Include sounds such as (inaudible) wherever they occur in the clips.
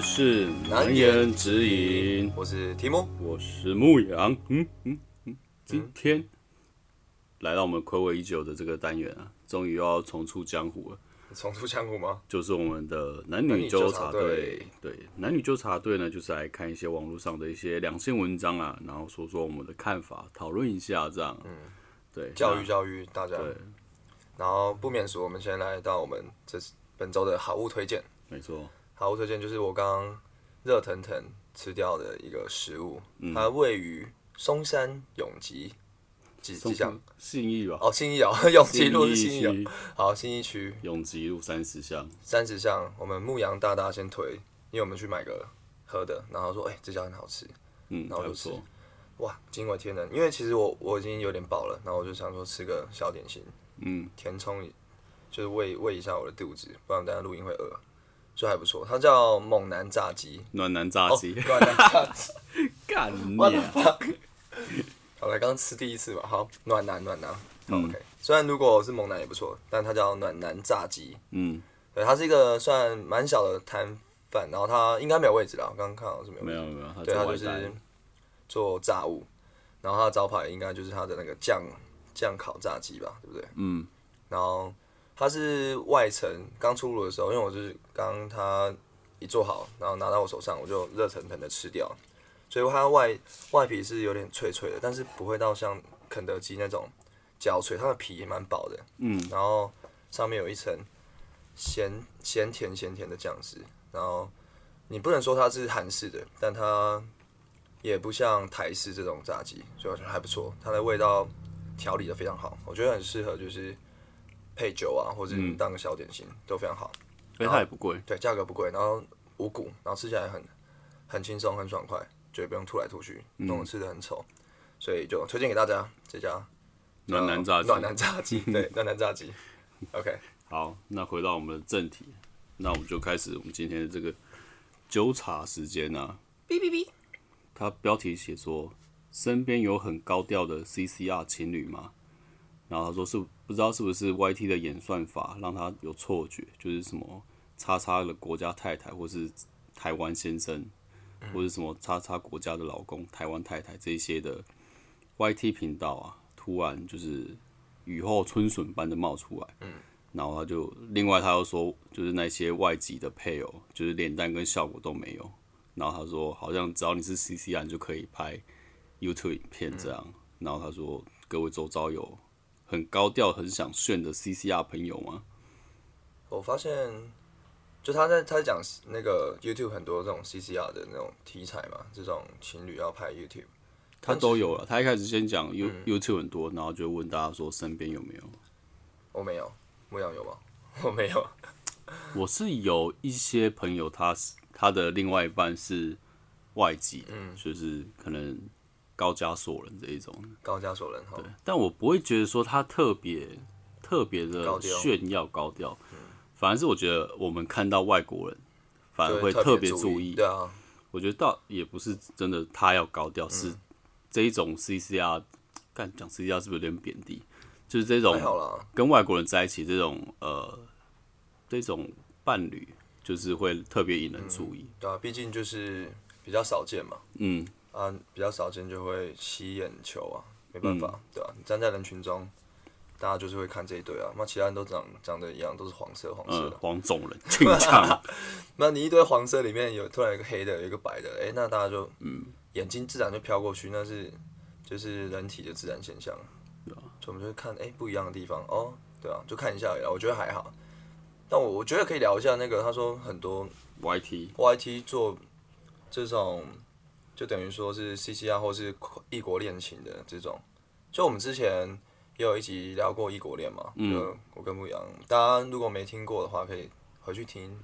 是难言之隐，我是提姆，我是牧羊。嗯嗯嗯，今天来到我们暌违已久的这个单元啊，终于又要重出江湖了。重出江湖吗？就是我们的男女纠察队。对，男女纠察队呢，就是来看一些网络上的一些两性文章啊，然后说说我们的看法，讨论一下这样。嗯，对，教育那教育大家。对，然后不免俗，我们先来到我们这本周的好物推荐。没错，好物推荐就是我刚刚热腾腾吃掉的一个食物，它位于松山永吉几几巷信义吧，哦，新义哦， (laughs) 永吉路是新义哦。区好，新义区永吉路三十巷。三十巷，我们牧羊大大先推，因为我们去买个喝的，然后说哎、这家很好吃，嗯，然还后不就吃错。哇，惊为天人！因为其实我我已经有点饱了，然后我就想说吃个小点心，嗯，填充一，就是喂喂一下我的肚子，不然等下录音会饿，所以还不错。它叫猛男炸鸡，暖男炸哦鸡，猛 (laughs) 男炸鸡，干你我的啊！ (laughs) 好了，刚刚吃第一次吧，好，暖男暖男、嗯 o k 虽然如果是猛男也不错，但它叫暖男炸鸡，嗯，对，它是一个算蛮小的摊贩，然后它应该没有位置啦，我刚刚看好是没有位没置有没有，他在对，他外就是带。做炸物，然后他的招牌应该就是他的那个酱酱烤炸鸡吧，对不对？嗯，然后它是外层刚出炉的时候，因为我就是刚它一做好，然后拿到我手上，我就热腾腾的吃掉，所以它外外皮是有点脆脆的，但是不会到像肯德基那种焦脆，它的皮也蛮薄的，嗯，然后上面有一层咸咸甜咸甜的酱汁，然后你不能说它是韩式的，但它也不像台式这种炸鸡，所以我觉得还不错，它的味道调理的非常好，我觉得很适合就是配酒啊，或者嗯当个小点心、都非常好，哎，他也不贵。对，价格不贵，然后无骨，然后吃起来很很轻松很爽快，就不用吐来吐去，嗯弄得吃的很丑，所以就推荐给大家这家呃暖男炸鸡。暖男炸鸡， (laughs) 对，暖男炸鸡，OK。好，那回到我们的正题，那我们就开始我们今天的这个纠察时间啊。哔哔哔，它标题写说，身边有很高调的 CCR 情侣吗？然后他说是不知道是不是 YT 的演算法让他有错觉，就是什么叉叉的国家太太，或是台湾先生，或是什么叉叉国家的老公、台湾太太这一些的 YT 频道啊，突然就是雨后春笋般的冒出来。嗯，然后他就另外他又说，就是那些外籍的配偶，就是脸蛋跟效果都没有。然后他说，好像只要你是 CC 啊，你就可以拍 YouTube 影片这样。然后他说，各位周遭有很高调、很想炫的 CCR 朋友吗？我发现，就他在他在讲那个 YouTube 很多这种 CCR 的那种题材嘛，这种情侣要拍 YouTube，他都有了。他一开始先讲 You YouTube 很多，然后就问大家说身边有没有。我没有，牧羊有吗？ (laughs) 我没有，我是有一些朋友，他是他的另外一半是外籍的，就是可能高加索人这一种。高加索人哈，但我不会觉得说他特别特别高的调嗯炫耀高调，反而是我觉得我们看到外国人，反而就会特别注注意，意。对啊，我觉得倒也不是真的他要高嗯调，是这一种 CCR，干讲 CCR 是不是有点贬低？就是这种还好啦，跟外国人在一起这种呃这种伴侣，就是会特别引人注意。对啊，毕竟就是比较少见嘛，嗯，啊，比较少见就会吸眼球啊，没办嗯法，对啊，你站在人群中，大家就是会看这一对啊，那其他人都长长得一样，都是黄色黄色呃的，，黄种人群唱， (laughs) 那你一堆黄色里面有突然有一个黑的，有一个白的，哎、那大家就眼睛自然就飘过去，那是就是人体的自然现象。所以我们就会看哎、诶不一样的地方哦，对啊，就看一下而已啦，我觉得还好。但我我觉得可以聊一下那个，他说很多 YT YT 做这种，就等于说是 CCR 或是异国恋情的这种。就我们之前也有一集聊过异国恋嘛，嗯，我跟牧羊，大家如果没听过的话，可以回去听。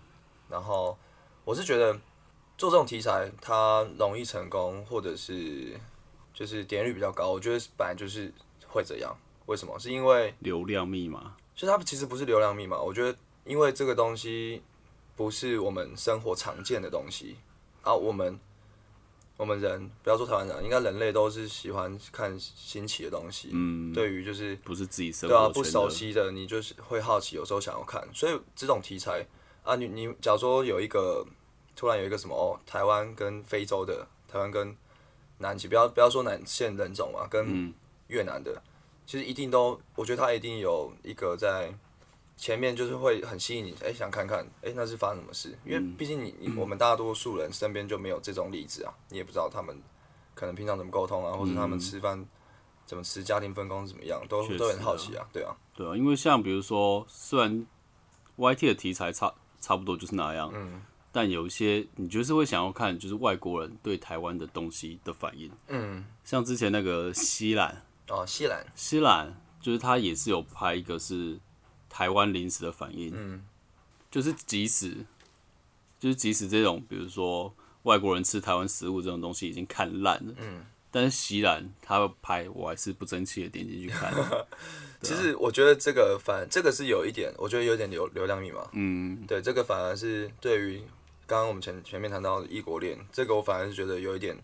然后我是觉得做这种题材，它容易成功，或者是就是点击率比较高，我觉得本来就是会这样。为什么？是因为流量密码，所以它其实不是流量密码。我觉得，因为这个东西不是我们生活常见的东西啊，我们我们人不要说台湾人，应该人类都是喜欢看新奇的东西。嗯，对于就是不是自己生对啊活不圈熟的。悉的，你就是会好奇，有时候想要看，所以这种题材啊，你你假如说有一个突然有一个什么哦，台湾跟非洲的，台湾跟南极，不要不要说南线人种嘛，嗯跟越南的，其实一定都，我觉得他一定有一个在前面，就是会很吸引你，哎、想看看，哎、那是发生什么事？嗯因为毕竟你你我们大多数人身边就没有这种例子啊，你也不知道他们可能平常怎么沟通啊，或者他们吃饭怎么吃，家庭分工怎么样，都嗯确都很实好啊奇啊，对啊，对啊，因为像比如说，虽然 YT 的题材差差不多就是那样，嗯，但有一些你就是会想要看，就是外国人对台湾的东西的反应，嗯，像之前那个西兰，哦，西兰，西兰就是他也是有拍一个是台湾临时的反应，嗯，就是即使就是即使这种比如说外国人吃台湾食物这种东西已经看烂了，嗯，但是西兰他拍我还是不争气的点进去看，啊其实我觉得这个反这个是有一点，我觉得有点流流量密码。嗯，对，这个反而是对于刚刚我们前前面谈到的异国恋，这个我反而是觉得有一点，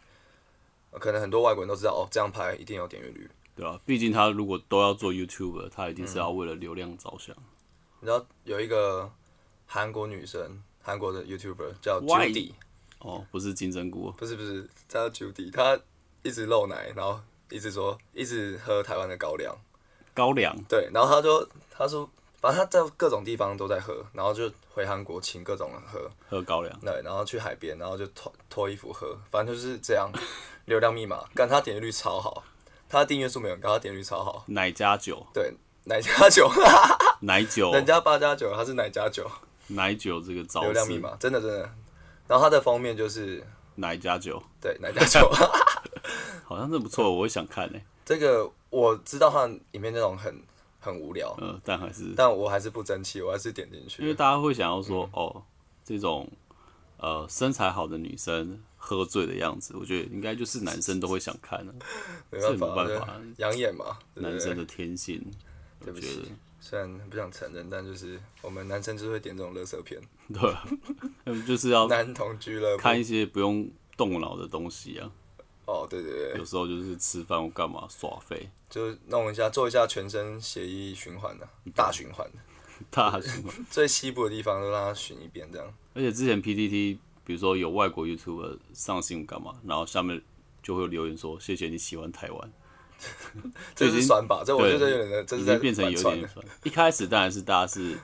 呃可能很多外国人都知道哦，这样拍一定有点阅率。对啊，毕竟他如果都要做 YouTube，他一定嗯是要为了流量着想。你知道有一个韩国女生，韩国的 YouTuber 叫 Why？ Judy，哦，不是金针菇哦，不是不是，她叫 Judy，她一直露奶，然后一直说一直喝台湾的高粱，高粱对，然后她就她说，反正她在各种地方都在喝，然后就回韩国请各种人喝，喝高粱，对，然后去海边，然后就脱脱衣服喝，反正就是这样。流量密码，干他点击率超好，他的订阅数没有很高，他点击率超好。奶加酒，对，奶加酒，奶酒，人家八加九，他是奶加九，奶酒这个流招量密式，码，真的真的。然后他的封面就是奶加酒，对奶 (laughs) 加酒，好像是不错，我会想看呢、这个我知道他里面那种很很无聊，呃，但还是但嗯我还是不争气，我还是点进因为去。大家会想要说，哦，这种呃身材好的女生喝醉的样子，我觉得应该就是男生都会想看的、没办法，这没办法就是养眼嘛，对不男对生？的天性，我不觉起得虽然不想承认，但就是我们男生就是会点这种垃圾片，对啊，嗯就是要男同俱乐部。看一些不用动脑的东西啊。哦，对对对，有时候就是吃饭或干嘛耍废，就弄一下，做一下全身血液循环的、嗯大循环的，大什么？最西部的地方都让它循一遍，这样而且之前 PTT 比如说有外国 YouTuber 上新干嘛，然后下面就会有留言说谢谢你喜欢台湾，这已经是酸吧？这我觉得有点，这已是在经变成有反串点的。烦。一开始当然是大家是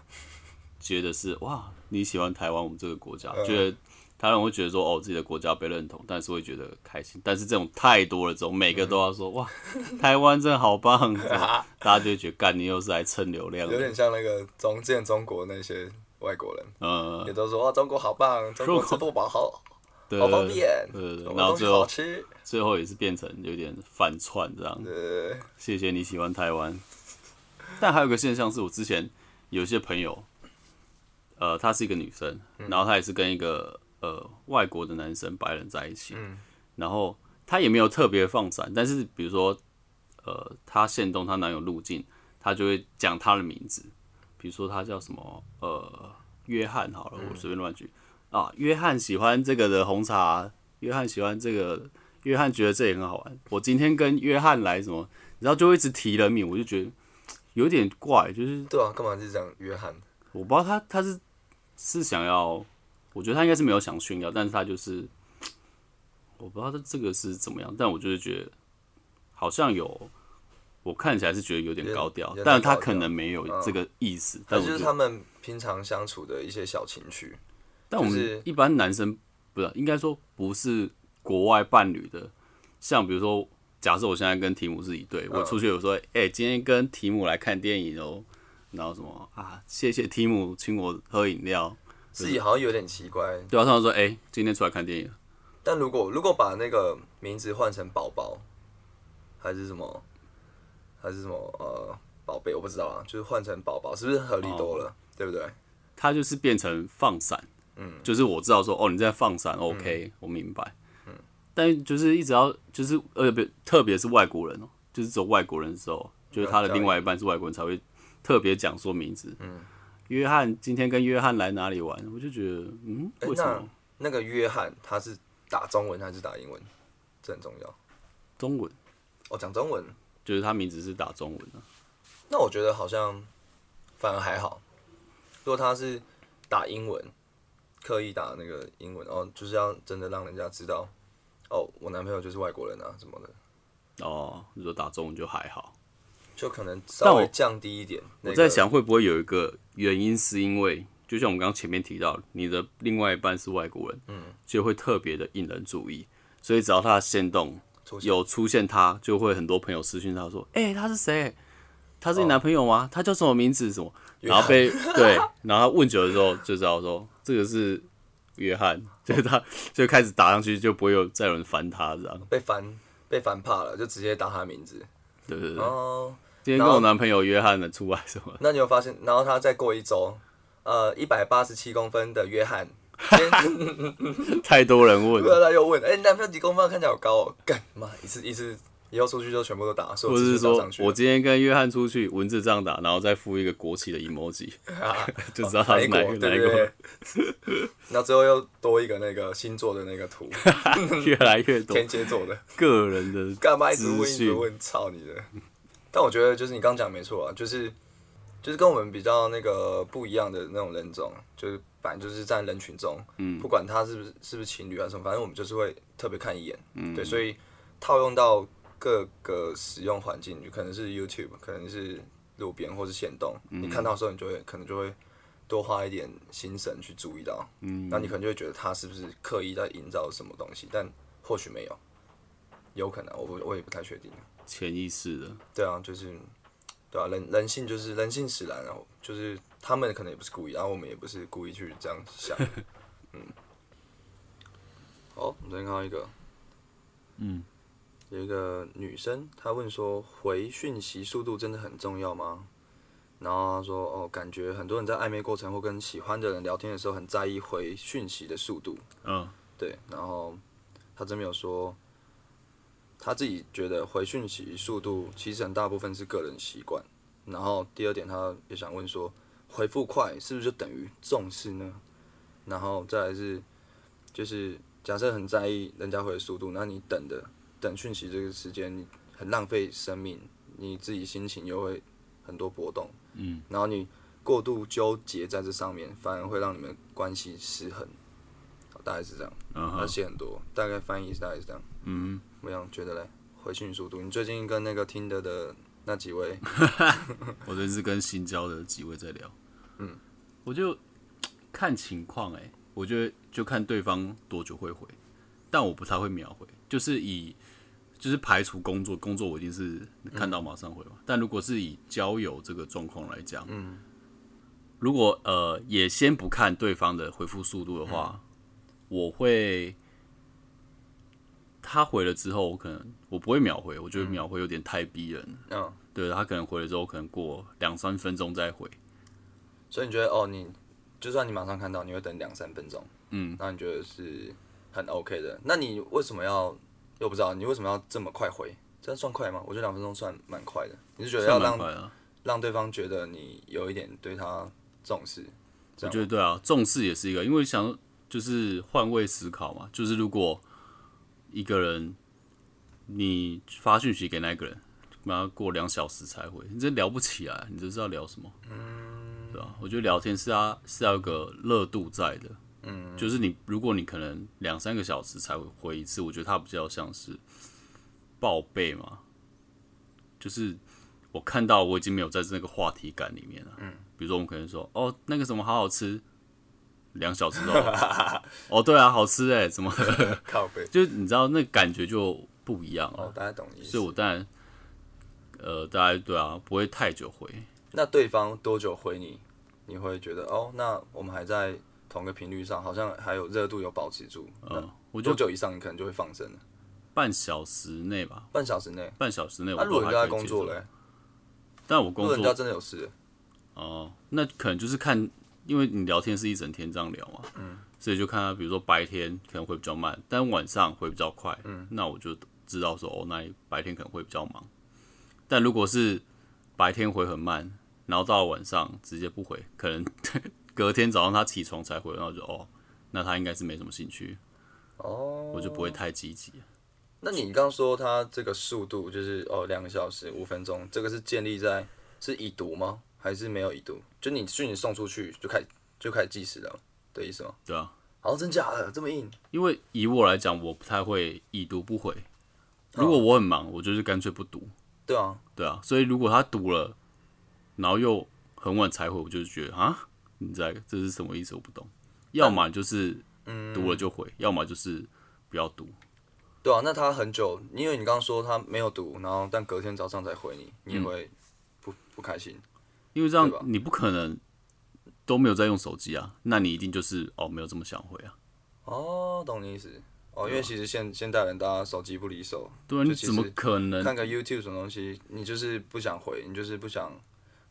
觉得是哇你喜欢台湾我们这个国嗯家，觉得台湾人会觉得说哦自己的国家被认同，但是会觉得开心。但是这种太多了之后，每个都要嗯说哇台湾真的好棒，这样大家就会觉得干你又是来蹭流量有的，点像那个中之前中国那些外国人，呃，也都说哇中国好棒，中国支付宝好对好方便，对对对中国然后东西最后好吃，最后也是变成有点反串这样。呃，谢谢你喜欢台湾。但还有个现象是我之前有一些朋友，呃，她是一个女生，然后她也是跟一个呃外国的男生白人在一起，然后她也没有特别放闪，但是比如说呃，她现动她男友路径，她就会讲她的名字，比如说她叫什么呃约翰好了，我随便乱举啊，约翰喜欢这个的红茶，约翰喜欢这个。约翰觉得这也很好玩。我今天跟约翰来什么然后就会一直提人名，我就觉得有点怪，就是对啊，干嘛是讲约翰？我不知道他他是是想要，我觉得他应该是没有想炫耀，但是他就是我不知道他这个是怎么样，但我就是觉得好像有，我看起来是觉得有点高调有，点但是他高调可能没有这个意思，那但我就觉得是他们平常相处的一些小情趣，但我就是们一般男生不是，应该说不是国外伴侣的，像比如说，假设我现在跟提姆是一对，嗯我出去有时候，哎、今天跟提姆来看电影哦，然后什么啊，谢谢提姆请我喝饮料，自己好像有点奇怪。对啊，他们说，哎、今天出来看电影，但如果如果把那个名字换成宝宝，还是什么，还是什么呃宝贝，我不知道啊，就是换成宝宝，是不是合理多哦了？对不对？他就是变成放闪，嗯，就是我知道说，哦，你在放闪，OK，、我明白，嗯，但就是一直要就是呃不，特别是外国人哦，就是只有外国人的时候，就是他的另外一半是外国人才会特别讲说名字，嗯，约翰今天跟约翰来哪里玩，我就觉得，嗯，诶为什那么那个约翰他是打中文还是打英文？这很重要。中文哦，讲中文，就是他名字是打中文啊？那我觉得好像反而还好。如果他是打英文，刻意打那个英文，哦，就是要真的让人家知道，哦，我男朋友就是外国人啊什么的，哦，你说打中文就还好。就可能但稍我微降低一点。我那在个想会不会有一个原因是因为，就像我们刚刚前面提到，你的另外一半是外国人，嗯，就会特别的引人注意，所以只要他的线动出现有出现他，就会很多朋友私讯他说，哎、他是谁？他哦是你男朋友吗？他叫什么名字？什么？然后被对，然后他问久了之后就知道说这个是约翰，就是他就开始打上去，就不会有再有人烦他这样。被烦被烦怕了，就直接打他名字。对对对，哦，今天跟我男朋友约翰的出来什么？那你有发现？然后他再过一周，呃，一百八十七公分的 (laughs) 约翰，今天太多人问了，他又问，哎、你男朋友几公分？看起来好高哦，干妈一次一次，以后出去就全部都打，所以或我者是直接打说上去了。我今天跟约翰出去，文字这样打，然后再附一个国旗的 (laughs) emoji，就 (laughs) 知道他啊哦哪是一哪国？一个哪对一对个 (laughs) 对。那最后又多一个那个星座的那 (laughs) 个图，越来越 (laughs) 多天蝎座的。个人的干嘛一直资问一直讯。问，操你的！ (laughs) 但我觉得就是你刚讲没错啊，就是就是跟我们比较那个不一样的那种人种，就是反正就是在人群中，嗯，不管他是不是是不是情侣啊还是什么，反正我们就是会特别看一眼，嗯，对，所以套用到各个使用环境，可能是 YouTube，可能是路边或是线动，你看到的时候，你就会可能就会。多花一点心神去注意到，嗯，那你可能就会觉得他是不是刻意在营造什么东西，但或许没有，有可能，我不我也不太确定。潜意识的，对啊，就是对啊，人人性就是人性使然啊，就是他们可能也不是故意，然后我们也不是故意去这样想。嗯，好，我们再看到一个，嗯，有一个女生，她问说回讯息速度真的很重要吗？然后她说哦，感觉很多人在暧昧过程或跟喜欢的人聊天的时候，很在意回讯息的速度。嗯，对，然后他真没有说，他自己觉得回讯息速度其实很大部分是个人习惯。然后第二点，他也想问说，回复快是不是就等于重视呢？然后再来是，就是假设很在意人家回的速度，那你等的等讯息这个时间，你很浪费生命，你自己心情又会很多波动。嗯，然后你过度纠结在这上面，反而会让你们关系失衡。好大概是这样。嗯他哼，写很多，大概翻译大概是这样。嗯，我想觉得嘞，回讯速度，你最近跟那个听的的那 (laughs) 几位，我这是跟新交的几位在聊，嗯，我就看情况哎、我觉得就看对方多久会回，但我不太会秒回，就是以就是排除工作，工作我一定是看到马上回嘛，但如果是以交友这个状况来讲，嗯，如果呃也先不看对方的回复速度的话，我会。他回了之后，我可能我不会秒回，我觉得秒回有点太逼人了嗯，对他可能回了之后，可能过两三分钟再回，所以你觉得哦，你就算你马上看到，你会等两三分钟，嗯，那你觉得是很 OK 的。那你为什么要又不知道你为什么要这么快回？这样算快吗？我觉得两分钟算蛮快的。你是觉得要算蛮让快的。啊让对方觉得你有一点对他重视？这我样觉得对啊，重视也是一个，因为想就是换位思考嘛，就是如果一个人你发讯息给那个人，然后过两小时才回，你这聊不起来，你这是要聊什么？嗯，对啊，我觉得聊天是要是要有个热度在的，嗯，就是你如果你可能两三个小时才会回一次，我觉得它比较像是报备嘛，就是我看到我已经没有在那个话题感里面了，嗯，比如说我们可能说哦那个什么好好吃，两小时都 (laughs) 哦对啊好吃哎，怎么靠 (laughs) 背就是你知道那感觉就不一样了，哦，大家懂你意思所以。我当然呃大家对啊不会太久回，那对方多久回你，你会觉得哦，那我们还在同个频率上，好像还有热度有保持住。嗯，我那就多久以上你可能就会放生了？半小时内吧，半小时内。半小时内那、我如果都人还哦可家在以工接作受，嘞，但我如工果人家作真的有事了，哦，那可能就是看，因为你聊天是一整天这样聊嘛，嗯，所以就看他，比如说白天可能会比较慢，但晚上会比较快，嗯，那我就知道说，哦，那你白天可能会比较忙，但如果是白天回很慢，然后到了晚上直接不回，可能 (laughs) 隔天早上他起床才回，然后就哦，那他应该是没什么兴趣，哦，我就不会太积极，那你刚刚说他这个速度就是哦两个小时五分钟，这个是建立在是已读吗？还是没有已读？就你讯息送出去就开就开始计时了？的意思吗？对啊，好，真假的这么硬？因为以我来讲，我不太会已读不回。如果我很忙，我就是干脆不读。对啊，对啊，所以如果他读了，然后又很晚才回，我就是觉得啊，你在这是什么意思？我不懂。要么就是读了就回，要么就是不要读。对啊，那他很久，因为你刚刚说他没有读，然后但隔天早上才回你，你也会不、不开心。因为这样对吧你不可能都没有在用手机啊，那你一定就是哦没有这么想回啊。哦，懂你意思。哦，因为其实现现代人大家手机不离手，对啊，就你其怎么实可能？看个 YouTube 什么东西，你就是不想回，你就是不想，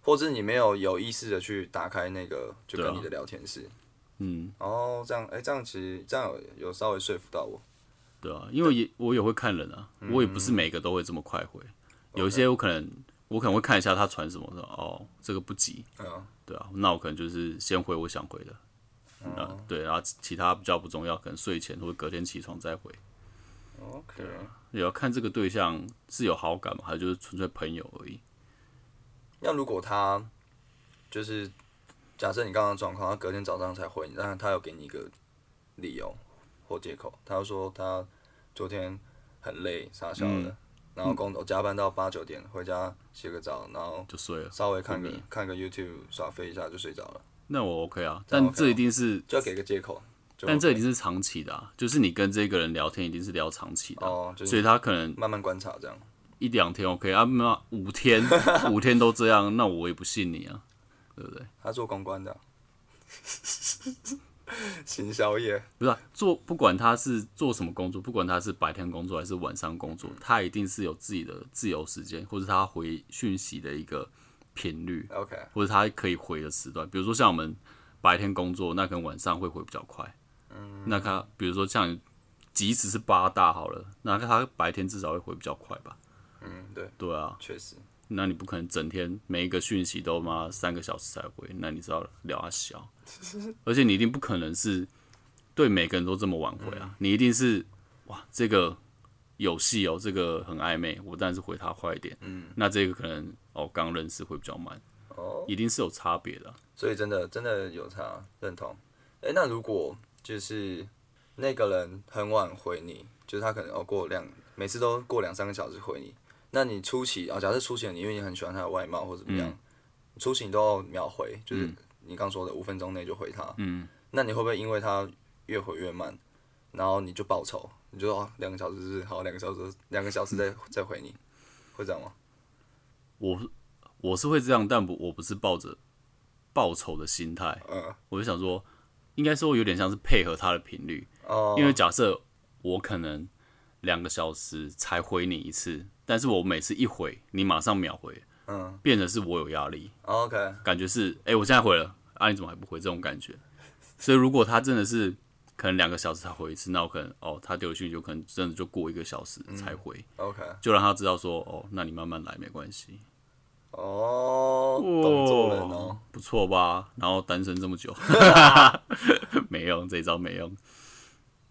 或者你没有有意识的去打开那个就对啊跟你的聊天室。嗯，哦，这样，哎、这样其实这样有有稍微说服到我。对啊，因为也我也会看人啊，我也不嗯是每个都会这么快回，有一些我可能我可能会看一下他传什么的，哦这个不急，嗯，对啊，那我可能就是先回我想回的，啊、嗯对，然后其他比较不重要，可能睡前或者隔天起床再回，哦 OK，也要看这个对象是有好感吗，还是就是纯粹朋友而已。那如果他就是假设你刚刚的状况，他隔天早上才回你，但是他有给你一个理由或借口，他说他昨天很累，傻笑嗯的，然后工作加班到八九点，回家洗个澡，然后就睡了，稍微看个昏迷看个 YouTube 耍飞一下就睡着了，那我 OK 啊，这但样 OK 这吗一定是就要给个借口。就但这 OK 一定是长期的、啊，就是你跟这个人聊天一定是聊长期的啊、哦，就是所以他可能慢慢观察这样。一两天 OK 啊，那五 (laughs) 天五天都这样，那我也不信你啊，对不对？他做公关的，啊 (laughs) 行销业。不是啊、做不管他是做什么工作，不管他是白天工作还是晚上工作，他一定是有自己的自由时间，或者他回讯息的一个频率， OK，或者他可以回的时段。比如说像我们白天工作，那可能晚上会回比较快。嗯，那他比如说像即使是八大好了，那他白天至少会回比较快吧？嗯，对，对啊，确实。那你不可能整天每一个讯息都妈三个小时才回，那你知道聊他小，而且你一定不可能是对每个人都这么挽回啊，你一定是哇这个有戏哦，这个很暧昧，我当然是回他快一点，嗯，那这个可能哦刚认识会比较慢，哦，一定是有差别的啊、所以真的真的有差，认同。哎、那如果就是那个人很晚回你，就是他可能哦过两，每次都过两三个小时回你，那你初期啊、哦，假设初期你因为你很喜欢他的外貌或怎么样，初期你都要秒回，就是你刚说的五分钟内就回他。嗯，那你会不会因为他越回越慢，然后你就报仇？你就说哦两、个小时是不是好，两个小时两个小时再再回你，会这样吗？我我是会这样，但不我不是抱着报仇的心态，嗯，我就想说，应该说有点像是配合他的频率，哦，因为假设我可能两个小时才回你一次，但是我每次一回你马上秒回，嗯变得是我有压力， ，OK，感觉是哎、诶我现在回了啊，你怎么还不回这种感觉。所以如果他真的是可能两个小时才回一次，那我可能哦，他丢讯就可能真的就过一个小时嗯才回， OK，就让他知道说哦，那你慢慢来没关系。哦，懂做人哦。不错吧？然后单身这么 (laughs) 久，没用，这一招没用。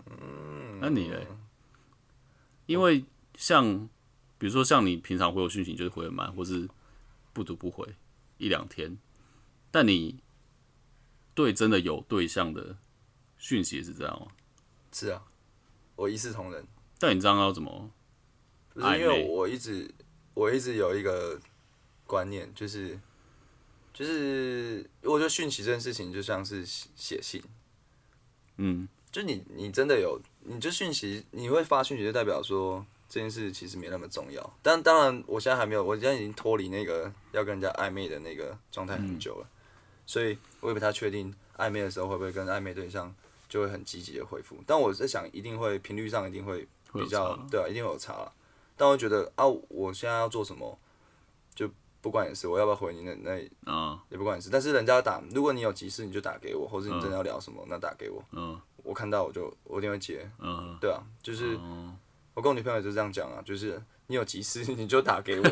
嗯那你嘞？因为像比如说像你平常回我讯息就是回的慢，或是不读不回一两天，但你对真的有对象的讯息也是这样吗？是啊，我一视同仁，但你这样要怎么？不是因暧昧为我一直我一直有一个观念，就是就是我觉得讯息这件事情就像是写写信，嗯，就你你真的有，你就讯息你会发讯息，就代表说这件事其实没那么重要。但当然，我现在还没有，我现在已经脱离那个要跟人家暧昧的那个状态很久了，嗯所以我也不太确定暧昧的时候会不会跟暧昧对象就会很积极的回复。但我在想，一定会频率上一定会会有比较差对啊，一定会有差啦。但我觉得啊，我现在要做什么，就不管你是我要不要回你那那啊，也不管你是，但是人家打，如果你有急事你就打给我，或者你真的要聊什么，那打给我，嗯我看到我就我一定会接。嗯，对啊，就是哦我跟我女朋友就是这样讲啊，就是你有急事 (laughs) 你就 (laughs) 打给我，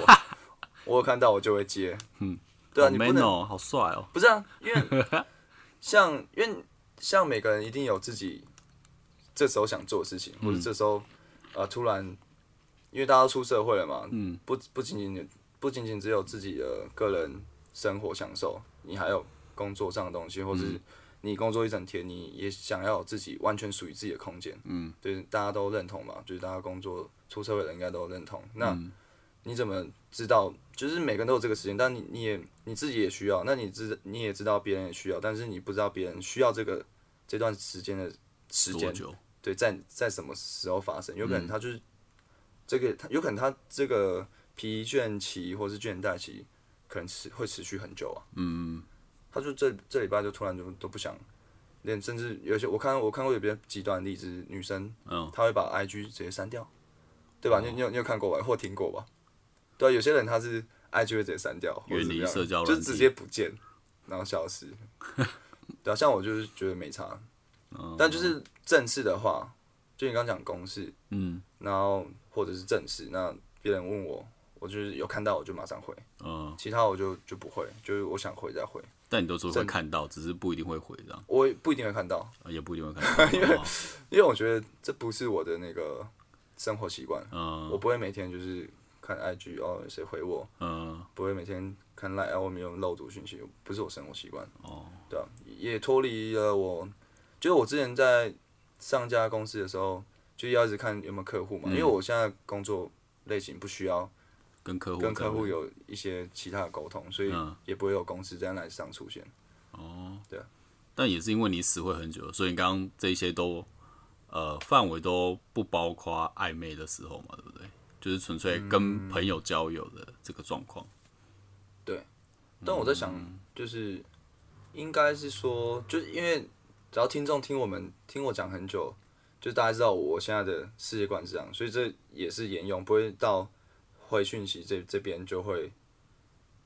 我有看到我就会接。嗯，对啊，好你不 man 能哦，好帅哦，不是啊，因为 (laughs) 像因为像每个人一定有自己这时候想做的事情，或者这时候呃突然，因为大家都出社会了嘛，嗯，不不仅仅不仅仅只有自己的个人生活享受，你还有工作上的东西，或是你工作一整天，你也想要有自己完全属于自己的空间。嗯，对，大家都认同嘛，就是大家工作出社会的人应该都认同。那你怎么知道？就是每个人都有这个时间，但你你也你自己也需要，那你知你也知道别人也需要，但是你不知道别人需要这个这段时间的时多间，久？对，在在什么时候发生？有嗯可能他就是这个，他有可能他这个疲倦期或是倦怠期，可能持会持续很久啊。嗯，他就这这礼拜就突然就都不想连，甚至有些我看我看过有比较极端的例子，女生，嗯，她会把 IG 直接删掉，对吧？你你有你有看过吧，或听过吧？对啊，有些人他是 IG 会直接删掉，或者远离怎么样社交就软直体接不见，然后消失。 (laughs) 对啊，像我就是觉得没差，但就是正式的话，就你刚讲公事，嗯，然后或者是正式，那别人问我，我就是有看到我就马上回，嗯，其他我就就不会，就是我想回再回，但你都是会看到，只是不一定会回这样，我也不一定会看到，啊也不一定会看到。好不好 (laughs) 因为我觉得这不是我的那个生活习惯，我嗯不会每天就是看 IG 哦谁回我，嗯不会每天看 Line 哦我没有漏读讯息，不是我生活习惯，哦，对啊，也脱离了我，就是我之前在上家公司的时候，就要一直看有没有客嗯户嘛，因为我现在工作类型不需要跟客户跟客户有有一些其他的沟通，所以嗯也不会有公司在那上出现。哦，对啊，但也是因为你死会很久，所以你刚刚这些都呃范围都不包括暧昧的时候嘛，对不对？就是纯粹嗯跟朋友交友的这个状况。但我在想，就是应该是说，就是因为只要听众听我们听我讲很久，就大家知道我现在的世界观是这样，所以这也是沿用，不会到回讯息这这边就会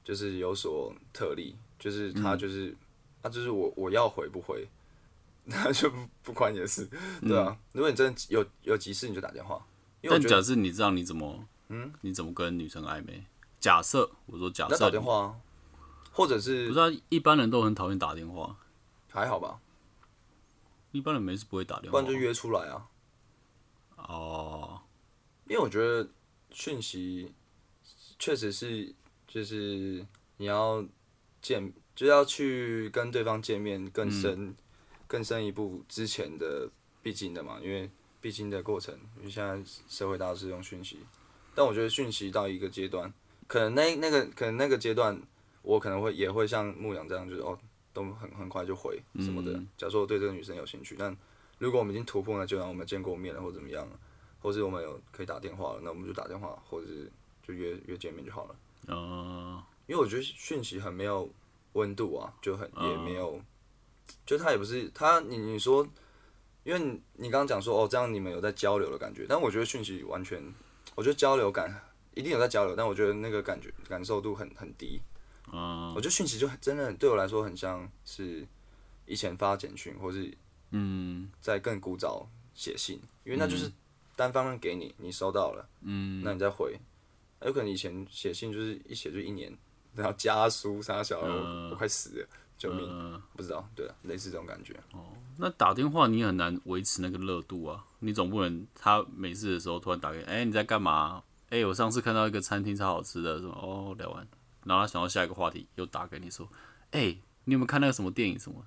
就是有所特例，就是嗯他就是、他就是我我要回不回， (laughs) 那就不不关你的事，对啊。如果你真的有有急事，你就打电话，因为我嗯但觉得假设你知道你怎么，嗯，你怎么跟女生暧昧？假设我说假那设打，电话、啊，或者不是知道一般人都很讨厌打电话，还好吧，一般人没事不会打电不话然就约出来啊。哦，因为我觉得讯息确实是就是你要见，就要去跟对方见面更深、更深一步之前的必经的嘛，因为必经的过程，因为现在社会大家都是用讯息，但我觉得讯息到一个阶段，可能那那个可能那个阶段，我可能会也会像牧羊这样，就是哦，都很很快就回什么的。假如说我对这个女生有兴趣，但如果我们已经突破那阶段，我们见过面了或怎么样了，或是我们有可以打电话了，那我们就打电话，或者是就约约见面就好了。呃，因为我觉得讯息很没有温度啊，就很也没有，就他也不是他你你说，因为你你刚刚讲说哦，这样你们有在交流的感觉，但我觉得讯息完全，我觉得交流感一定有在交流，但我觉得那个感觉感受度很很低。嗯我觉得讯息就很真的很对我来说很像是以前发简讯，或是嗯在更古早写信，因为那就是单方面给你，你收到了，嗯，那你再回。有可能以前写信就是一写就一年，然后家书啥小的，嗯我我快死了，救命！呃，不知道，对啊，类似这种感觉。那打电话你很难维持那个热度啊，你总不能他每次的时候突然打给，哎、你在干嘛？哎、我上次看到一个餐厅超好吃的，什么哦聊完，然后他想到下一个话题又打给你说，哎、你有没有看那个什么电影什么？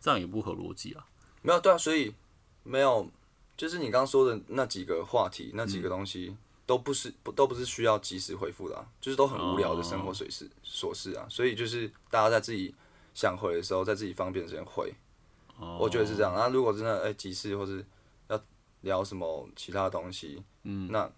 这样也不合逻辑啊。没有对啊，所以没有，就是你刚刚说的那几个话题，那几个东西、都不是不都不是需要及时回复的、啊，就是都很无聊的生活琐事琐事啊。所以就是大家在自己想回的时候，在自己方便的时间回，哦、我觉得是这样。那如果真的哎、急事或是要聊什么其他的东西，嗯，那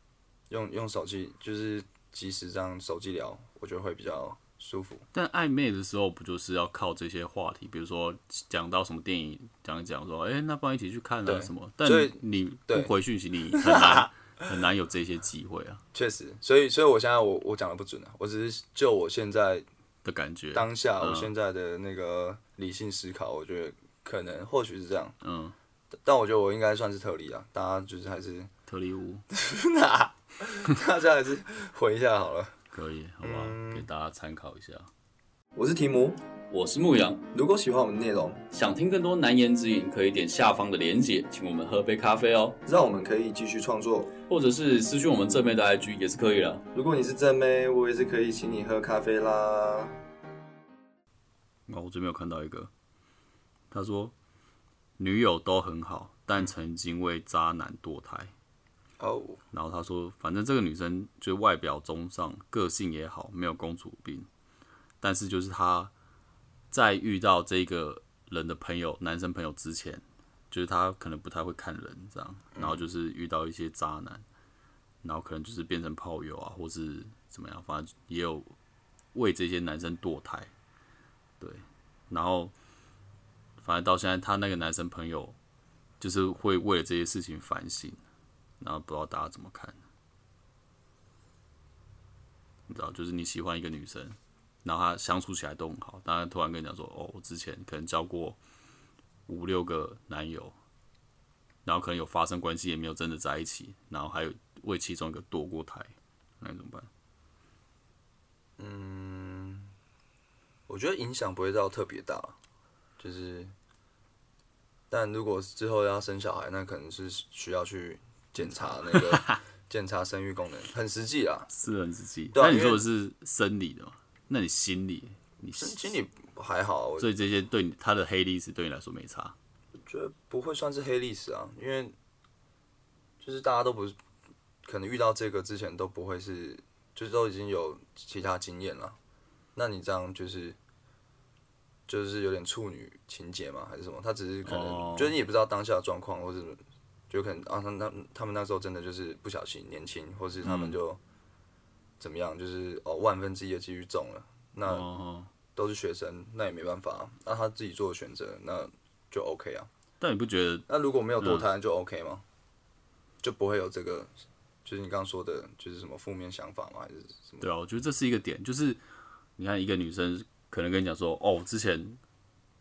用用手机就是及时这样手机聊，我觉得会比较舒服。但暧昧的时候不就是要靠这些话题，比如说讲到什么电影，讲一讲说，哎、那不然一起去看啊对什么？但所以你不对回讯息，你很难 (laughs) 很难有这些机会啊确实，所以所以我现在我我讲的不准啊，我只是就我现在的感觉。当下我现在的那个理性思考，我觉得可能或许是这样，嗯，但我觉得我应该算是特例啊。大家就是还是 (laughs) 特例屋大家还是回一下好了。可以，好不好？给大家参考一下。我是提姆，我是牧羊，如果喜欢我们的内容，想听更多难言之隐，可以点下方的连结，请我们喝杯咖啡哦，让我们可以继续创作。或者是私讯我们正妹的 IG 也是可以的。如果你是正妹，我也是可以请你喝咖啡啦。哦，我这边有看到一个，他说女友都很好，但曾经为渣男堕胎。哦，然后他说，反正这个女生就外表中上，个性也好，没有公主病，但是就是她在遇到这个人的朋友，男生朋友之前，就是她可能不太会看人这样，然后就是遇到一些渣男，然后可能就是变成炮友啊，或是怎么样，反正也有为这些男生堕胎，对，然后反正到现在，她那个男生朋友就是会为了这些事情反省。然后不知道大家怎么看，你知道，就是你喜欢一个女生，然后她相处起来都很好，但她突然跟你讲说，哦，我之前可能交过五六个男友，然后可能有发生关系，也没有真的在一起，然后还有为其中一个堕过胎，那你怎么办？我觉得影响不会到特别大，就是，但如果之后要生小孩，那可能是需要去检查那 (laughs) 个检查生育功能，很实际啊。私人之际，啊那你因说为的是生理的嘛？那你心理，你心心理还好，我所以这些对你他的黑历史对你来说没差，觉得不会算是黑历史啊，因为就是大家都不是可能遇到这个之前都不会是，就是都已经有其他经验了。那你这样就是就是有点处女情节嘛，还是什么？他只是可能、哦就是你也不知道当下的状况，或是就可能啊，他那他们那时候真的就是不小心年轻，或是他嗯们就怎么样，就是哦万分之一的几率中了，那。哦，都是学生，那也没办法啊、那他自己做的选择，那就 OK 啊。但你不觉得那如果没有堕胎就 OK 吗？就不会有这个，就是你刚刚说的，就是什么负面想法吗？还是什么？对啊，我觉得这是一个点，就是你看一个女生可能跟你讲说，哦，我之前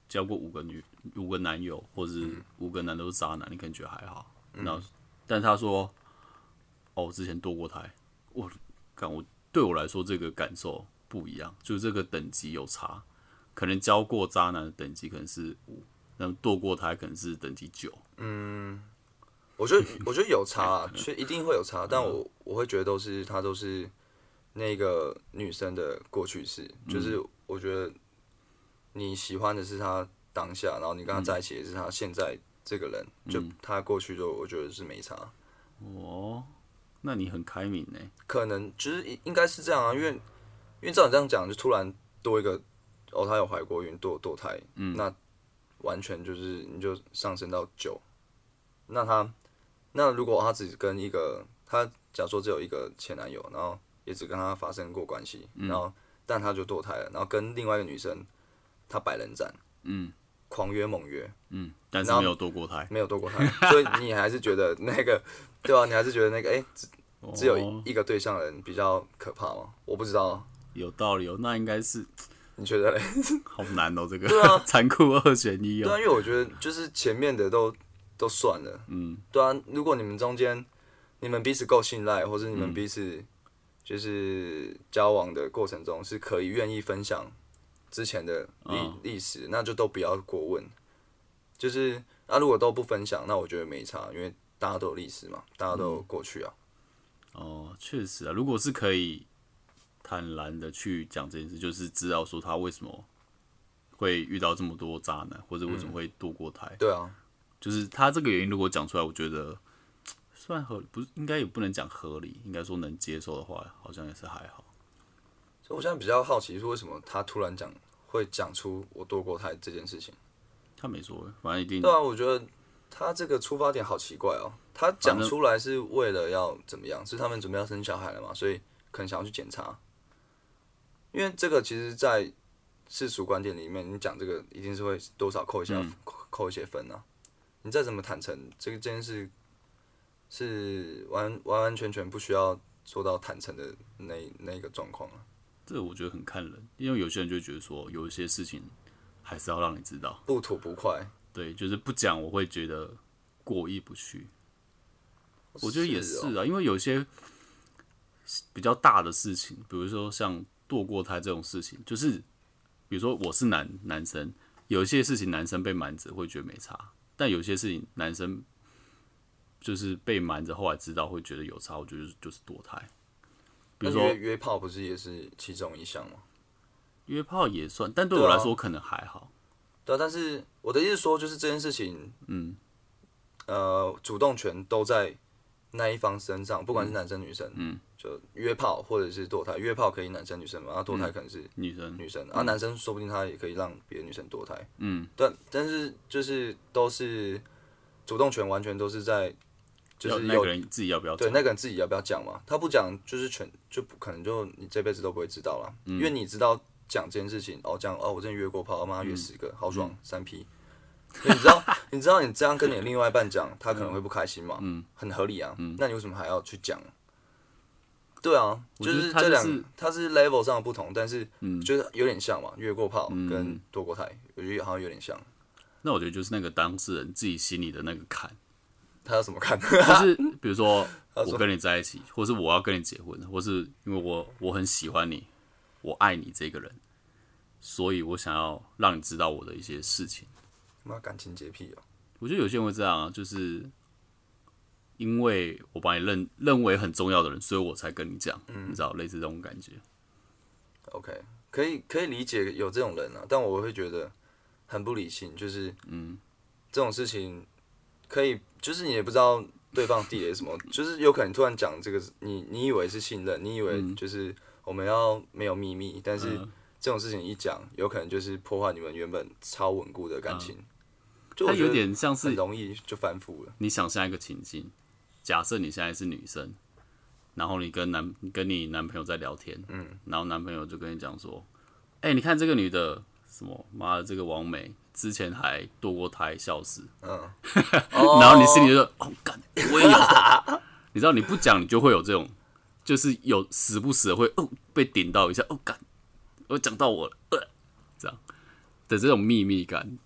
交过五个女五个男友，或者是嗯五个男都是渣男，你可能觉得还好，然后但她说，哦，我之前堕过胎，我感我对我来说这个感受不一样，就是这个等级有差，可能交过渣男的等级可能是五，那么堕过胎可能是等级九，我觉得我觉得有差、啊，其实一定会有差，但我我会觉得都是他都是那个女生的过去式，就是我觉得你喜欢的是他当下，然后你跟他在一起也是他现在这个人，就他过去就我觉得是没差。哦，那你很开明呢、可能就是应应该是这样啊，因为因为照你这样讲，就突然多一个哦，她有怀过孕，堕堕胎，嗯，那完全就是你就上升到九，那她那如果她只跟一个她假说只有一个前男友，然后也只跟他发生过关系，然后但她就堕胎了，然后跟另外一个女生，她百人斩，嗯，狂约猛约，嗯，但是然后没有堕过胎，没有堕过胎，所以你还是觉 (laughs) 得那个对啊，你还是觉得那个哎、只只有哦一个对象的人比较可怕吗？我不知道啊。有道理哦，那应该是。你觉得嘞？好难哦，这个 (laughs) 残酷二选一啊对哦啊，。因为我觉得就是前面的都都算了，嗯，对啊，如果你们中间你们彼此够信赖，或是你们彼此就是交往的过程中是可以愿意分享之前的历嗯历、史，那就都不要过问。就是啊，如果都不分享，那我觉得没差，因为大家都有历史嘛，大家嗯都有过去啊。哦，确实啊，如果是可以坦然的去讲这件事，就是知道说他为什么会遇到这么多渣男，或者为什嗯么会堕过胎，对啊，就是他这个原因如果讲出来，我觉得嘖算合不是应该也不能讲合理，应该说能接受的话，好像也是还好。所以我现在比较好奇是为什么他突然讲会讲出我堕过胎这件事情。他没说，反正一定对啊，我觉得他这个出发点好奇怪哦。他讲出来是为了要怎么样？是他们准备要生小孩了嘛？所以可能想要去检查。因为这个其实，在世俗观点里面，你讲这个一定是会多少扣一下、扣扣一些分啊。你再怎么坦诚，这个这件事是完完完全全不需要做到坦诚的那那个状况啊，这个我觉得很看人，因为有些人就会觉得说有一些事情还是要让你知道，不吐不快。对，就是不讲我会觉得过意不去。我觉得也哦是啊，因为有些比较大的事情，比如说像堕过胎这种事情，就是比如说我是男男生，有一些事情男生被瞒着会觉得没差，但有些事情男生就是被瞒着，后来知道会觉得有差，我觉得就是就是堕胎。比如那约说约炮不是也是其中一项吗？约炮也算，但对我对啊来说可能还好，对啊，但是我的意思是说，就是这件事情，嗯，呃，主动权都在那一方身上，不管是男生女生，嗯，就约炮或者是堕胎，约炮可以男生女生嘛，然后堕胎嗯可能是女生，女生，啊，男生说不定他也可以让别的女生堕胎，嗯，但但是就是都是主动权完全都是在，就要是那有个人自己要不要对讲？那个人自己要不要讲嘛？他不讲就是全就不可能就你这辈子都不会知道啦，嗯因为你知道讲这件事情哦，讲哦我真的约过炮，妈嗯约十个，好爽，三 P。你知道，你知道你这样跟你另外一半讲，他可能会不开心嘛？嗯，很合理啊。那你为什么还要去讲？对啊，我就觉得是他这就两是，嗯它是 level 上的不同，但是就是有点像嘛，越过炮跟堕过胎，我觉得好像有点像。那我觉得就是那个当事人自己心里的那个坎，他嗯要怎么看？ (laughs) 就是比如说我跟你在一起，或是我要跟你结婚，或是因为我我很喜欢你，我爱你这个人，所以我想要让你知道我的一些事情。妈感情洁癖哦、我觉得有些人会这样啊，就是因为我把你认认为很重要的人，所以我才跟你讲，嗯你知道，类似这种感觉。 OK，可以可以理解有这种人啊，但我会觉得很不理性，就是嗯，这种事情可以，就是你也不知道对方地雷什么， (laughs) 就是有可能突然讲这个，你你以为是信任，你以为嗯就是我们要没有秘密，但是这种事情一讲，有可能就是破坏你们原本超稳固的感情，就它我嗯觉有得点像很是容易就翻覆了。你想象一个情境，假设你现在是女生，然后你跟男跟你男朋友在聊天，嗯，然后男朋友就跟你讲说，哎、你看这个女的什么妈的这个王美。之前还堕过胎，笑死。 (laughs) 然后你心里就说：“嗯哦，干，我也有。” (laughs) 你知道你不讲，你就会有这种，就是有时不时的会哦被顶到一下，哦干，我讲到我了，呃，这样的这种秘密感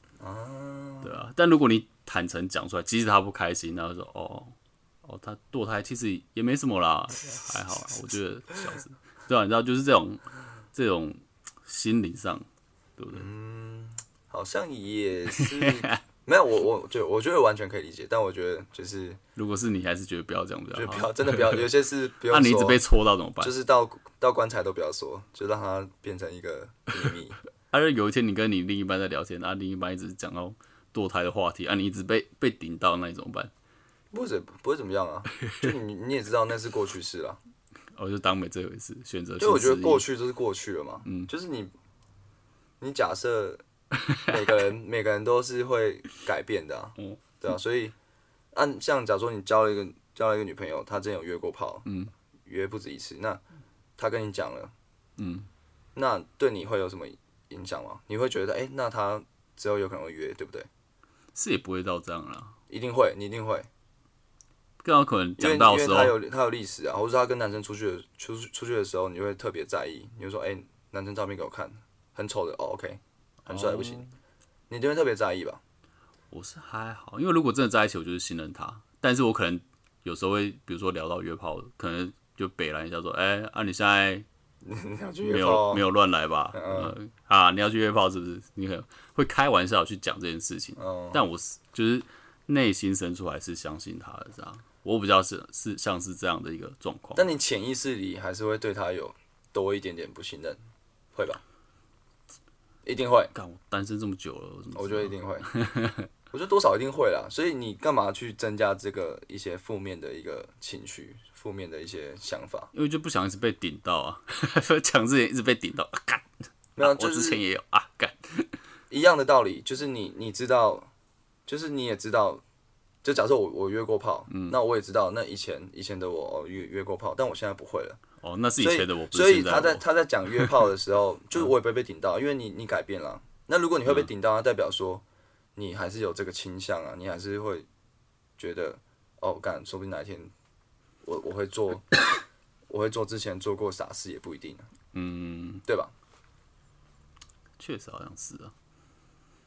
对啊。但如果你坦诚讲出来，即使他不开心，然后说哦哦，他堕胎其实也没什么啦，还好啦，我觉得小子，对啊，你知道就是这种这种心理上，对不对？好像也是没有我我就我觉得完全可以理解，但我觉得就是如果是你，还是觉得不要讲比就较不好。要真的不要，有些事 (laughs) 不用那、说。你一直被戳到怎么办就？是到到棺材都不要说，就让它变成一个秘密。啊，就有一天你跟你另一半在聊天，啊，另一半一直讲到堕胎的话题，啊，你一直被被顶到，那你怎么办？不会怎不会怎么样啊，就你你也知道那是过去式啦。我、哦就当没这回事，选择性就我觉得失忆过去就是过去了嘛，就是你你假设每个人每个人都是会改变的、啊，对啊，所以按、像假如说你交了一个交了一个女朋友，她之前有约过炮，约不止一次，那她跟你讲了，那对你会有什么影响吗？你会觉得哎、诶那她之后有可能会约，对不对？是也不会到这样啦，一定会，你一定会。更有可能因讲为到因的为时候他，有他有历史啊，或者是他跟男生出去的出出去的时候，你会特别在意，你会说，哎、男生照片给我看，很丑的，哦，OK，很帅不行，哦你就会特别在意吧？ (laughs) 我是还好，因为如果真的在一起，我就是信任他。但是我可能有时候会，比如说聊到约炮，可能就北兰一下说：“哎、啊，你现在你想去没约有炮嗯没有，有乱来吧？呃啊，你要去约炮是不是？”你可能会开玩笑去讲这件事情，嗯，但我是就是内心深处还是相信他的这样。我比较是是像是这样的一个状况，但你潜意识里还是会对他有多一点点不信任，会吧？一定会，干我单身这么久了，我怎么我知觉得 (laughs) 一定会，我觉得多少一定会啦。所以你干嘛去增加这个一些负面的一个情绪，负面的一些想法？因为就不想一直被顶到啊， (laughs) 讲之前一直被顶到，啊干、没啊有，我就之是前也有啊干，一样的道理，就是你你知道，就是你也知道，就假设我我约过炮，嗯那我也知道，那以前以前的我、哦、约约过炮，但我现在不会了。哦，那是以所以前的我，不所是以现在他的在我他在讲约炮的 (laughs) 时候，就是我也不会被顶到，因为你你改变了。那如果你会被嗯顶到，那代表说你还是有这个倾向啊，你还是会觉得哦，干，说不定哪一天我我会做， (coughs) 我会做之前做过傻事也不一定、啊，嗯，对吧？确实好像是啊。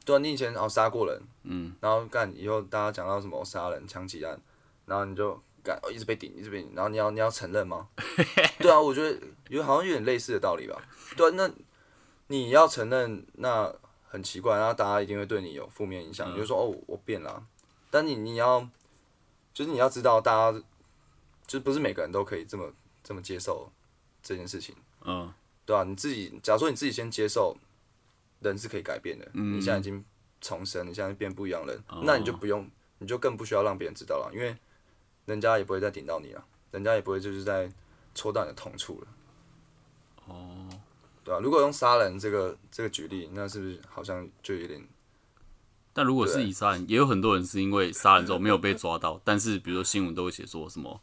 对啊，你以前哦杀过人，嗯，然后干以后大家讲到什么哦杀人、枪击案，然后你就干、哦一直被顶，一直被顶，然后你要你要承认吗？ (laughs) 对啊，我觉得有好像有点类似的道理吧。对啊，那你要承认，那很奇怪，然后大家一定会对你有负面影响，你就说哦我变了啊、但你你要就是你要知道，大家就是不是每个人都可以这么这么接受这件事情。嗯，嗯对啊，你自己，假如说你自己先接受，人是可以改变的，你现在已经重生，你现在变不一样人，哦那你就不用，你就更不需要让别人知道了，因为人家也不会再顶到你了，人家也不会就是在戳到你的痛处了。哦，对啊，如果用杀人这个这个举例，那是不是好像就有点但如果是以杀人，也有很多人是因为杀人之后没有被抓到，但是比如说新闻都会写说什么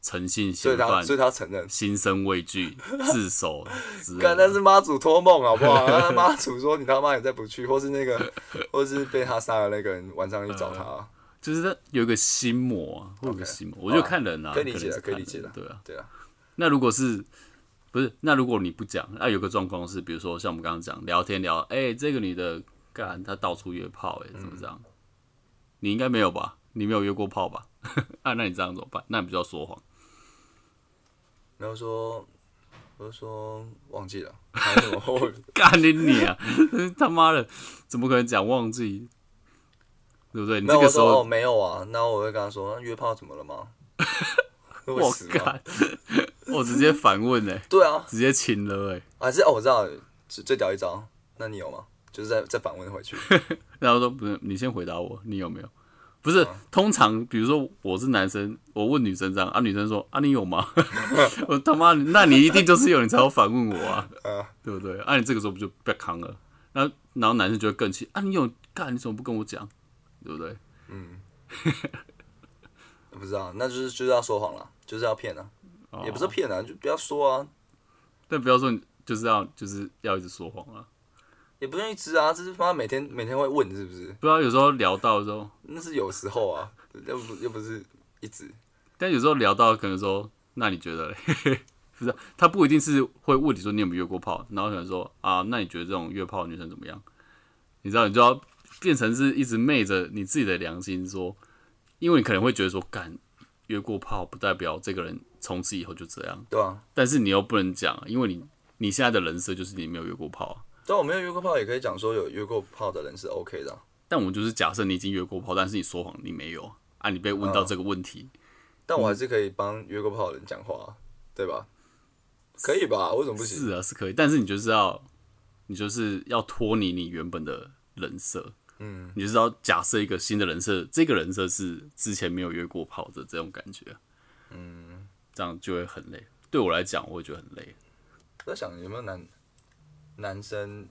诚信所以嫌他犯所以他要承认？心生畏 (laughs) 惧、自首之类干，那的。是妈祖托梦好不好？那妈祖说你他妈也再不去，或是那个，或是被他杀的那个人晚上去找嗯他。就是他有一个心魔啊，会有一个 OK，哦心魔。我就看人啊，可以理解能是的，可以看理解的人。对啊，对啊，那如果是不是？那如果你不讲，那、有个状况是，比如说像我们刚刚讲聊天聊，哎、这个女的干她到处约炮、哎，怎么这样？你应该没有吧？你没有约过炮吧？ (laughs) 啊，那你这样怎么办？那你不就要说谎？然后说，我就说忘 (laughs) 记了，还有什么我 (laughs) 干你你啊！ (laughs) 他妈的，怎么可能讲忘记？对不对？你这没有，个我时说哦候，没有啊，那我会跟他说那约炮怎么 (laughs) 了吗？会不会我死哦吗？干， (laughs) 我直接反问哎、对啊，直接请了哎、还是哦我知道最最屌一招，那你有吗？就是再再反问回去， (laughs) 然后说不是，你先回答我，你有没有？不嗯是，通常比如说我是男生，我问女生这样啊，女生说啊你有吗？ (laughs) 我他妈，那你一定就是有，你才要反问我啊， (laughs) 嗯对不对？啊，你这个时候不就被扛了？然后然后男生就会更气啊，你有干，你怎么不跟我讲？对不对？不知道，那就是就是要说谎了，就是要骗啊，哦也不是骗啊，就不要说啊，但不要说你就是要就是要一直说谎啊，也不用一直啊，这是妈每天每天会问是不是？不要有时候聊到的时候，那是有时候啊，又不又不是一直。但有时候聊到可能说，那你觉得嘞？ (laughs) 不是，啊他不一定是会问你说你有没有约过炮，然后可能说啊，那你觉得这种约炮的女生怎么样？你知道，你就要变成是一直昧着你自己的良心说，因为你可能会觉得说，干约过炮不代表这个人从此以后就这样，对啊，但是你又不能讲，因为你你现在的人设就是你没有约过炮啊。但我没有约过炮，也可以讲说有约过炮的人是 OK 的啊、但我们就是假设你已经约过炮，但是你说谎你没有啊啊，你被问到这个问题，但我还是可以帮约过炮的人讲话、啊，对吧？可以吧？为什么不行？是啊，是可以，但是你就是要，你就是要脱离你原本的人设，嗯，你就是要假设一个新的人设，这个人设是之前没有约过炮的这种感觉，嗯，这样就会很累。对我来讲，我会觉得很累。我在想有没有男男生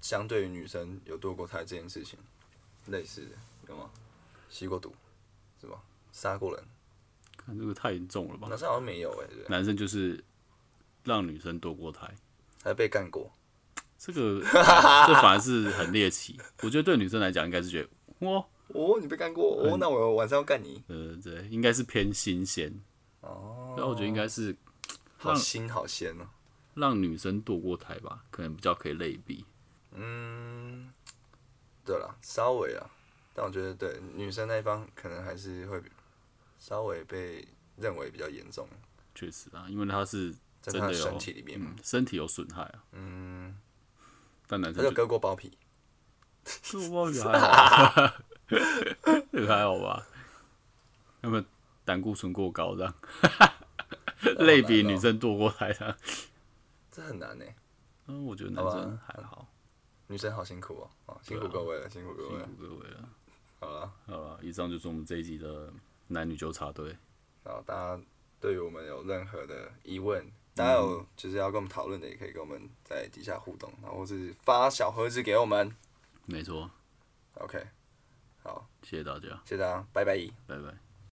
相对于女生有堕过胎这件事情，类似的有吗？吸过毒是吧？杀过人？看这个太严重了吧男？生好像没有哎、欸，对不对？男生就是让女生堕过胎，还被干过？这 (laughs) 个这反而是很猎奇。我觉得对女生来讲，应该是觉得哇，哦，你被干过？哦，那我晚上要干你？呃，对，应该是偏新鲜。啊哦，然后我觉得应该是好新好鲜哦、让女生堕过胎吧，可能比较可以类比。嗯，对了，稍微啊，但我觉得对女生那一方可能还是会稍微被认为比较严重，确实啊，因为他是在真她的的有身体里面嘛，嗯身体有损害啊。嗯，但男她生就就割过包皮，这个包也还好 (laughs) 吧，这个还好吧？那么胆固醇过高这 (laughs) 样，类比女生堕过胎这样。这很难呢、嗯，我觉得男生还好，女生好辛苦哦、哦，辛苦各位了，辛苦啊各辛位了，苦各位了。好了，好了，以上就是我们这一集的男女纠察队。然后大家对于我们有任何的疑问，嗯大家有就是要跟我们讨论的，也可以跟我们在底下互动，然后或是发小盒子给我们没错， ，OK，谢谢大家，谢谢大家，拜拜。拜拜。